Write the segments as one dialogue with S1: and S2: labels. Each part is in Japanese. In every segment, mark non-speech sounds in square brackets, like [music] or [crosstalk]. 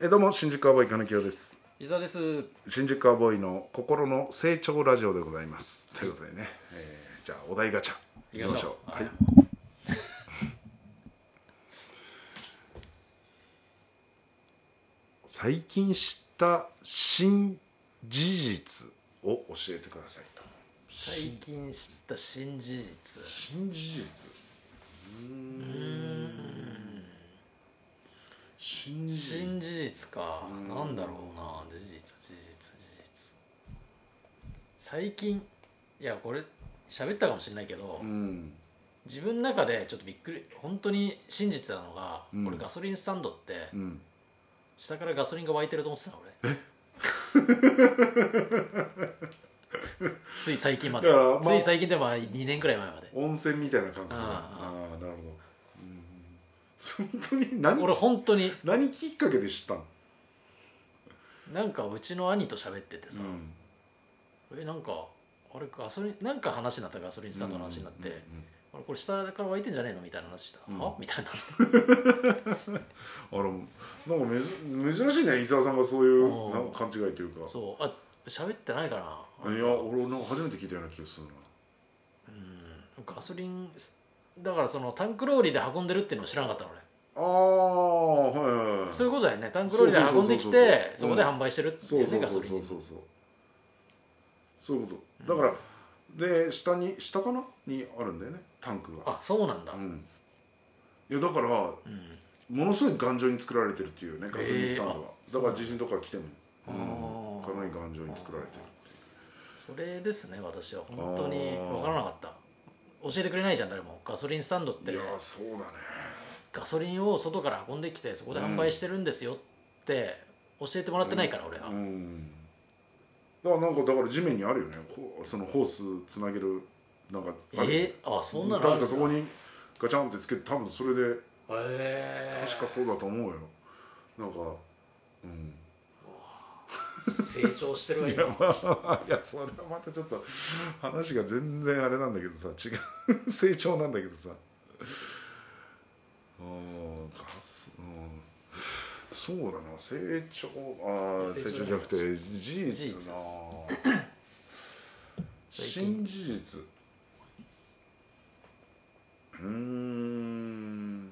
S1: えどうも新宿アボーイ金城です
S2: 伊沢です
S1: 新宿アボーイの心の成長ラジオでございますということでね、えーじゃあお題ガチャいきましょう
S2: 行
S1: は
S2: きましょう
S1: い [laughs] 最近知った新事実を教えてくださいと
S2: 最近知った新事実
S1: 新事実うーん新事実
S2: 新事実か
S1: うん
S2: なんだろうな事実事実事実最近いやこれ喋ったかもしれないけど、
S1: うん
S2: 自分の中でちょっとびっくり本当に信じてたのが、
S1: うん
S2: 俺ガソリンスタンドって
S1: うん
S2: 下からガソリンが湧いてると思ってたの俺 [laughs] つい最近まで、
S1: だからまあ
S2: つい最近でも2年くらい前まで
S1: 温泉みたいな感覚
S2: あ
S1: ああーなるほど、うん、本当に何
S2: 俺本当に
S1: 何きっかけで知ったの
S2: なんかうちの兄と喋っててさ、
S1: ん
S2: えなんかあれガソリンなんか話になったガソリンスタンドの話になって、あれこれ下から湧いてんじゃねえのみたいな話した、
S1: うん
S2: はみたいな
S1: うんうんうんあらなんかめず珍しいね伊沢さんがそういう
S2: おー
S1: なんか勘違いというか
S2: そうあ喋ってないかない
S1: や俺なんか初めて聞いたような気がするな
S2: うんガソリンだからそのタンクローリーで運んでるっていうのも知らなかったの俺、
S1: ああはいはいはい
S2: そう
S1: う
S2: いうことだよねタンクローリーで運んでき
S1: そうそうそう
S2: て
S1: そう
S2: そこで販売してるって
S1: そ
S2: いうう
S1: そ
S2: ね
S1: う
S2: ガ
S1: そ
S2: ソ
S1: う
S2: リ
S1: そう
S2: ン
S1: そうそうそういうことだから、で下に下かなにあるんだよねタンクが
S2: あそうなんだ、
S1: うんいやだから
S2: うん
S1: ものすごい頑丈に作られてるっていうねガソリンスタンドは、
S2: えー
S1: だ
S2: あ
S1: から地震とか来ても、うん
S2: あー
S1: かなり頑丈に作られてる
S2: それですね私は本当に
S1: あー
S2: 分からなかった教えてくれないじゃん誰もガソリンスタンドって
S1: いやーそうだね
S2: ガソリンを外から運んできてそこで販売してるんですよって教えてもらってないから俺は、
S1: うんだからなんかだから地面にあるよねほそのホースつなげるなんかある
S2: えーあそんなのあ
S1: 確
S2: るん
S1: か
S2: だ
S1: そこにガチャンってつけて多分それで
S2: へえ
S1: 確かそうだと思うよなんかうん
S2: 成長してるわ
S1: [laughs] いや
S2: 今
S1: まあいやそれはまたちょっと話が全然あれなんだけどさ違う [laughs] 成長なんだけどさうんガスうんそうだな成長ああ
S2: 成
S1: 成
S2: 長
S1: 長じゃなくて事
S2: 事
S1: 実 [clears throat]
S2: 実
S1: な
S2: 最近
S1: 新事実うーん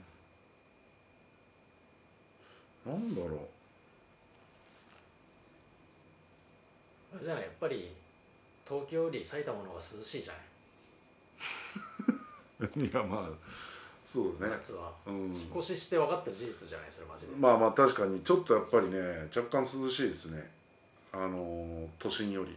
S1: なんだろう [laughs]
S2: あれじゃないやっぱり東京より埼玉の方が涼しいじゃない
S1: いやまあそうだね、
S2: 夏は、
S1: うん、
S2: 引っ越しして分かった事実じゃないそれマジで、
S1: まあまあ確かにちょっとやっぱりね若干涼しいですねあのー都心より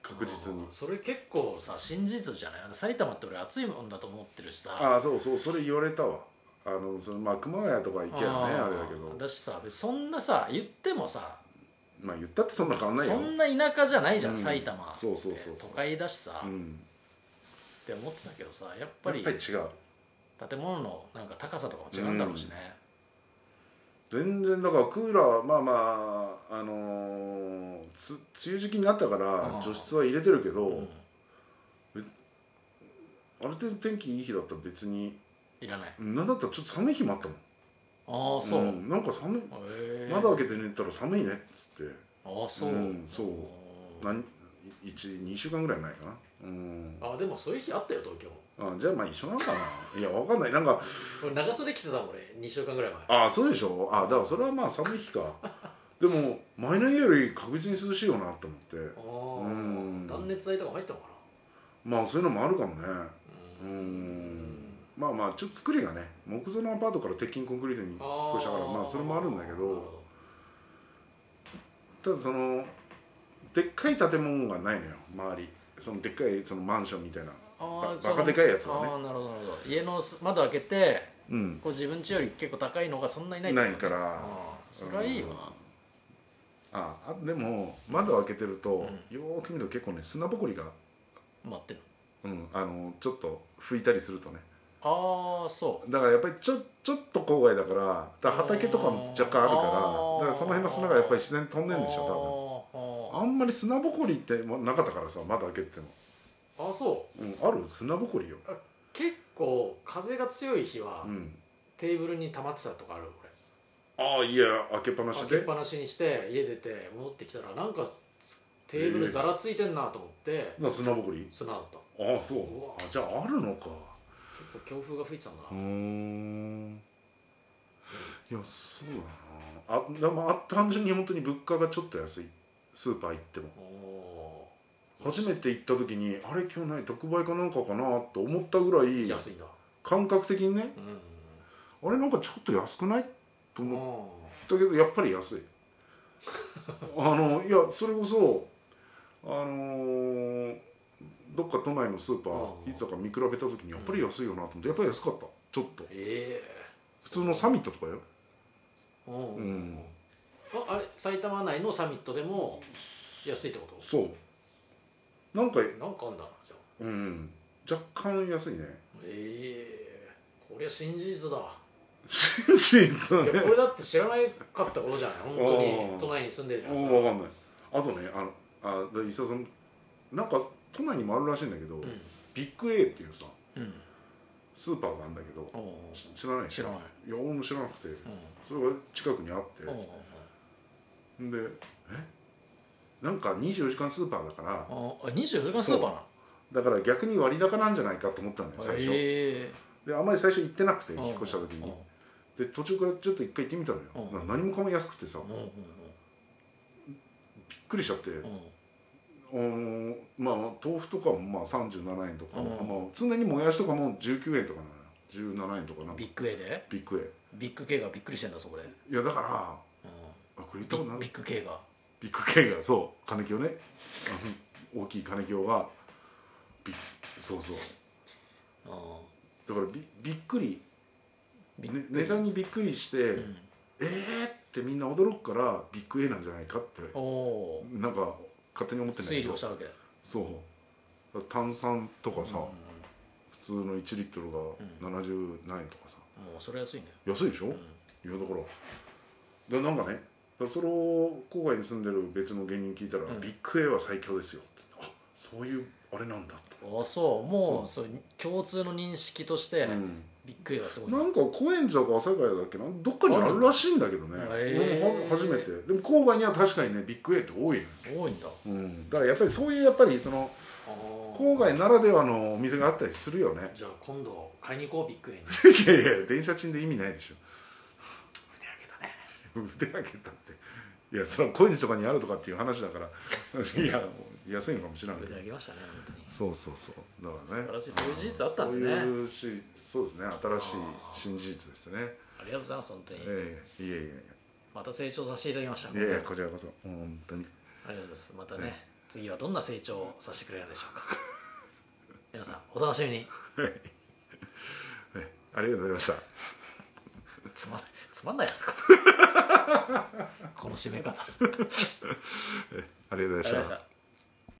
S1: 確実に
S2: あーそれ結構さ新事実じゃないあの埼玉って俺暑いもんだと思ってるしさ
S1: ああそうそうそれ言われたわあのそのまあ熊谷とか行けばね
S2: ー
S1: あれだけど
S2: だしさそんなさ言ってもさ
S1: まあ言ったってそんな変わんないよ
S2: そんな田舎じゃないじゃん、
S1: うん
S2: 埼玉って
S1: そうそうそうそう
S2: 都会だしさ、
S1: う
S2: っ
S1: ん、
S2: て思ってたけどさ
S1: や
S2: やっぱ
S1: っぱり
S2: り
S1: 違う
S2: 建物のなんか高さとかも違うんだろうしね、
S1: 全然だからクーラーまあまああのーつ梅雨時期になったから
S2: あー
S1: 除湿は入れてるけど、
S2: うん
S1: ある程度天気いい日だったら別に
S2: いらない
S1: なんだったらちょっと寒い日もあったもん
S2: ああそう、
S1: んなんか寒い
S2: へえ
S1: 窓開けて寝てたら寒いねっつって
S2: ああそう、
S1: うんそう
S2: おー
S1: 何12週間ぐらい前かなうん
S2: あでもそういう日あったよ東京も
S1: あじゃあまあ一緒なのかないやわかんないなんか
S2: 俺長袖着てたもん俺2週間ぐらい前
S1: ああそうでしょあだからそれはまあ寒い日かでも前の家より確実に涼しいよなと思って
S2: あ
S1: うん
S2: ー断熱材とか入ったのかな
S1: まあそういうのもあるかもねう
S2: うん
S1: んまあまあちょっと作りがね木造のアパートから鉄筋コンクリートに引
S2: あ
S1: っ越したから
S2: ー
S1: まあそれもあるんだけ
S2: な
S1: どただそのでっかい建物がないのよ周りそのでっかいそのマンションみたいな
S2: ほどあ
S1: ば
S2: ーそ
S1: バカでかいやつ
S2: あ
S1: はね
S2: あーなるほどなるほど家の窓開けて
S1: うん
S2: こう自分家より結構高いのがそんなにないってこ
S1: な
S2: と
S1: い
S2: ね
S1: から
S2: あーそれはいいわ
S1: ああでも窓開けてると、
S2: う
S1: よーく見ると結構ね砂ぼこりが、
S2: 待ってる
S1: うん、あのちょっと拭いたりするとね
S2: ああそう
S1: だからやっぱりちょちょっと郊外だからだから畑とかも若干あるからだ
S2: あー
S1: からその辺の砂がやっぱり自然に飛んでんでしょ多
S2: ょ
S1: 分あんまり砂ぼこりってなかったからさ窓開けても、
S2: あーあーそう
S1: うん、ある砂ぼこりよ、
S2: 結構風が強い日は
S1: うん、
S2: テーブルに溜まってたとかある俺
S1: あああいや開けっぱなし
S3: 開けっ
S1: で
S3: ぱなしにして家出て戻ってきたらなんかテーブルざらついてんなと思って
S1: な砂ぼこり
S3: 砂だった
S1: ああそう
S3: うわ
S1: あじゃああるのか
S3: 結構強風が吹いてたんだな
S1: うーんいやそうだなあでもあ単純に本当に物価がちょっと安いスーパー行っても
S3: お
S1: 初めて行った時にあれ今日何特売かなんかかなと思ったぐら
S3: ー
S1: い
S3: 安いんだ
S1: 感覚的にね
S3: うん
S1: あれなんかちょっと安くないと思っ
S3: うん
S1: だけどやっぱり安
S3: [laughs]
S1: いあのいやそれこそあのーどっか都内のスーパ
S3: うんうん
S1: ーいつだか見比べた時にやっぱり安いよなと思ってやっぱり安かったちょっと
S3: ええ
S1: 普通のサミットとかよ
S3: うん
S1: う
S3: うんんああれ埼玉内のサミットでも安いってこと
S1: そうなんか
S3: なんかあんだなじゃあ
S1: うん若干安いね
S3: ええこりゃ新事実だ
S1: 真実
S3: いや
S1: ね
S3: これだって知らないかったことじゃない本当
S1: うん
S3: に都内に住んでるか
S1: お
S3: らさ
S1: 分かんないあとねあのあで伊沢さんなんか都内にもあるらしいんだけど、
S3: うん
S1: ビッグ A っていうさ
S2: うん
S1: スーパーがあるんだけど
S2: おう
S1: し知らないでし
S2: 知
S1: ょ
S2: らない
S1: いや俺も知らなくて
S2: う
S1: それが近くにあって、
S2: んおう
S1: でえなんか24時間スーパーだから
S2: おうあ24時間スーパー
S1: だ
S2: な
S1: から逆に割高なんじゃないかと思ったんだよ最初、
S2: え
S1: であんまり最初行ってなくて
S2: え
S1: 引っ越した時に
S2: うん
S1: で途中からちょっと一回行ってみたのよ
S2: うん
S1: な何もかも安くてさびっ
S2: うん
S1: くりしちゃって
S2: うんうん
S1: あのまあ豆腐とかもまあ37円とか
S2: うん
S1: まあ常にもやしとかも19円とかなのよ17円とかな
S2: ビッグ A で
S1: ビッグ
S2: ビッグ K がびっくりしてんだそこで、うん、
S1: A いやだからあこれ言ったことない
S2: ビッグ K が
S1: ビッグ K がそう金清ねあの大きい金清がビッそうそう
S2: うん
S1: だからびびっくり
S2: びっ
S1: ね値段にびっくりして、
S2: うん
S1: えーってみんな驚くからビッグ A なんじゃないかって
S2: おおー
S1: なんか勝手に思ってんだけ
S2: 推理
S1: ど
S2: をしたわけだ
S1: そうだから炭酸とかさ、
S2: うん
S1: 普通の1リットルが70何円とかさ
S2: うんもうそれ安いね
S1: 安いでしょ、
S2: うん
S1: いやだからでなんかねだからそれを郊外に住んでる別の芸人に聞いたら、
S2: うん
S1: ビッグ A は最強ですよってあそういうあれなんだと、
S2: あそうもうそう共通の認識として、
S1: うん
S2: ビッグ A がすごい
S1: なんか高円寺だか阿佐ヶ谷だっけなどっかにあるらしいんだけどね
S2: あるの
S1: 俺も
S2: へー
S1: は初めてでも郊外には確かにねビッグ A って多いのよ、
S2: 多いんだ
S1: だからやっぱりそういうやっぱりその
S3: あー
S1: 郊外ならではのお店があったりするよね
S3: じゃあ今度買いに行こうビッグ A
S1: [laughs]
S3: に
S1: いやいや電車賃で意味ないでしょ [laughs]
S3: 腕上げたね
S1: 腕上げたっていやそれは高円寺とかにあるとかっていう話だから [laughs] いや安いのかもしれないけ
S2: 腕
S1: ど
S2: 上げましたね本当に
S1: そうそうそうだから
S2: 素
S1: ね
S2: 晴らしいそういう事実あったんです
S1: そう
S2: ね
S1: いうしそうですね新しい新事実ですね
S2: ありがとうございます本当に
S1: ええいえい
S2: また成長させていただきました
S1: えいえいやいやこちらこそ本当に
S2: ありがとうございますまたね次はどんな成長をさせてくれるでしょうか皆さんお楽しみに
S1: ありがとうございました
S2: つまつまんないな
S1: [laughs]
S2: この締め方ありがとう
S1: ありがとうご
S2: ご
S1: ざいま
S2: ざいま
S1: し
S2: したた